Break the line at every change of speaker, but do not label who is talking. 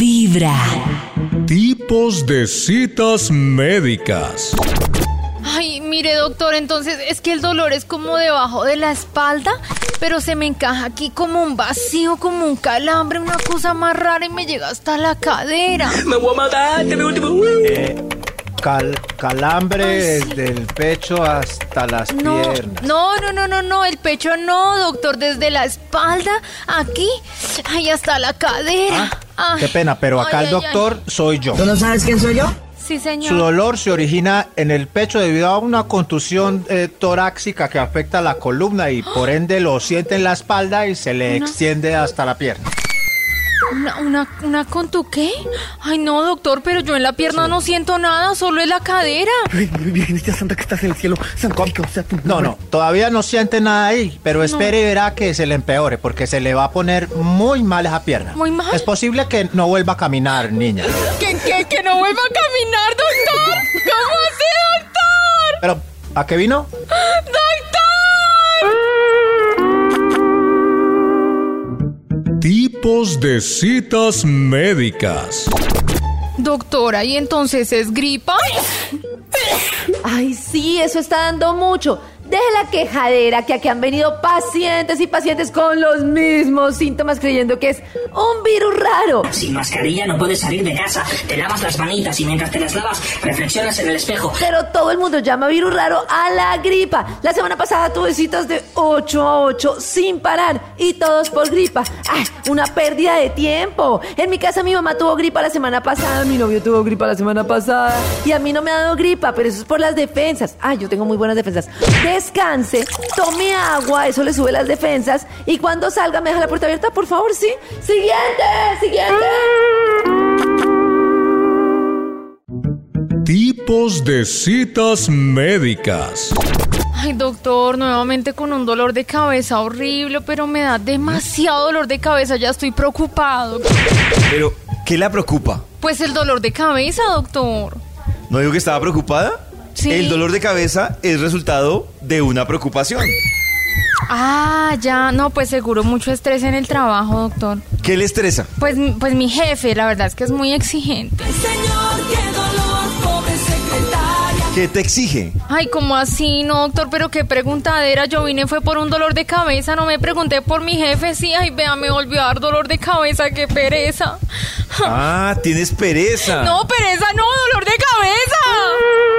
Vibra.
Tipos de citas médicas.
Ay, mire doctor, entonces es que el dolor es como debajo de la espalda, pero se me encaja aquí como un vacío, como un calambre, una cosa más rara y me llega hasta la cadera.
Me voy a matar, te veo, te veo.
Cal- calambre
Ay, sí.
desde el pecho hasta las
No,
piernas.
no, no, no, no, no, el pecho no, doctor, desde la espalda, aquí, ay, hasta la cadera.
Ah,
Ay,
Qué pena, pero acá
ay,
el
ay, ay.
doctor soy yo.
¿Tú no sabes quién soy yo?
Sí,
Su
señor.
dolor se origina en el pecho debido a una contusión eh, torácica que afecta la columna y por ende lo siente en la espalda y se le extiende hasta la pierna.
¿Una, una, una con tu qué? Ay, no, doctor, pero yo en la pierna no siento nada, solo en la cadera.
Ay, Virgencita Santa que estás en el cielo, santificado sea tu
No,
nombre.
no, todavía no siente nada ahí, pero espere y verá que se le empeore porque se le va a poner muy mal esa pierna.
¿Muy mal?
Es posible que no vuelva a caminar, niña.
¿Qué, qué, que no vuelva a caminar, doctor? ¿Cómo así, doctor?
Pero, ¿a qué vino?
Tipos de citas médicas.
Doctora, ¿y entonces es gripa?
Ay, sí, eso está dando mucho. Deje la quejadera que aquí han venido pacientes y pacientes con los mismos síntomas creyendo que es un virus raro.
Sin mascarilla no puedes salir de casa. Te lavas las manitas y mientras te las lavas, reflexionas en el espejo.
Pero todo el mundo llama virus raro a la gripa. La semana pasada tuve citas de 8 a 8 sin parar y todos por gripa. ¡Ay, una pérdida de tiempo! En mi casa mi mamá tuvo gripa la semana pasada, mi novio tuvo gripa la semana pasada y a mí no me ha dado gripa, pero eso es por las defensas. ¡Ay, yo tengo muy buenas defensas! Descanse, tome agua, eso le sube las defensas y cuando salga me deja la puerta abierta, por favor, ¿sí? ¡Siguiente! ¡Siguiente!
Tipos de citas médicas.
Ay, doctor, nuevamente con un dolor de cabeza horrible, pero me da demasiado dolor de cabeza, ya estoy preocupado.
Pero, ¿qué la preocupa?
Pues el dolor de cabeza, doctor.
¿No digo que estaba preocupada?
Sí.
El dolor de cabeza es resultado de una preocupación.
Ah, ya, no, pues seguro mucho estrés en el trabajo, doctor.
¿Qué le estresa?
Pues, pues mi jefe, la verdad es que es muy exigente.
¿Qué te exige?
Ay, ¿cómo así, no, doctor? Pero qué preguntadera. Yo vine fue por un dolor de cabeza, no me pregunté por mi jefe. Sí, ay, vea, me volvió a dar dolor de cabeza, qué pereza.
Ah, tienes pereza.
No, pereza, no, dolor de cabeza.